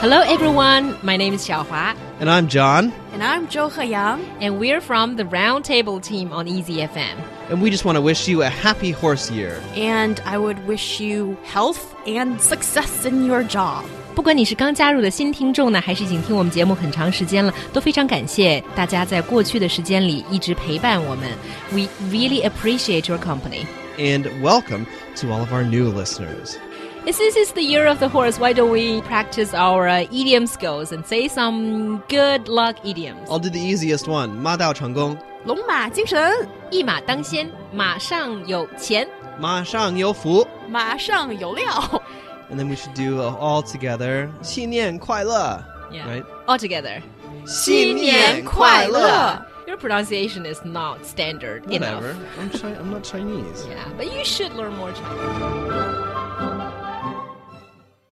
Hello, everyone. My name is Xiaohua, And I'm John, And I'm Zhou Heyang. and we're from the Roundtable team on Easy FM. and we just want to wish you a happy horse year. And I would wish you health and success in your job. 不管你是刚加入的新听众呢，还是已经听我们节目很长时间了，都非常感谢大家在过去的时间里一直陪伴我们。We really appreciate your company. And welcome to all of our new listeners. Since it's the year of the horse, why don't we practice our uh, idiom skills and say some good luck idioms? I'll do the easiest one. 马到成功,一马当先，马上有钱。马上有福. 龙马精神，马上有料。 And then we should do uh, all together. 新年快乐. Yeah. Right? All together. 新年快乐. Your pronunciation is not standard Whatever. enough. I'm, chi- I'm not Chinese. Yeah, but you should learn more Chinese.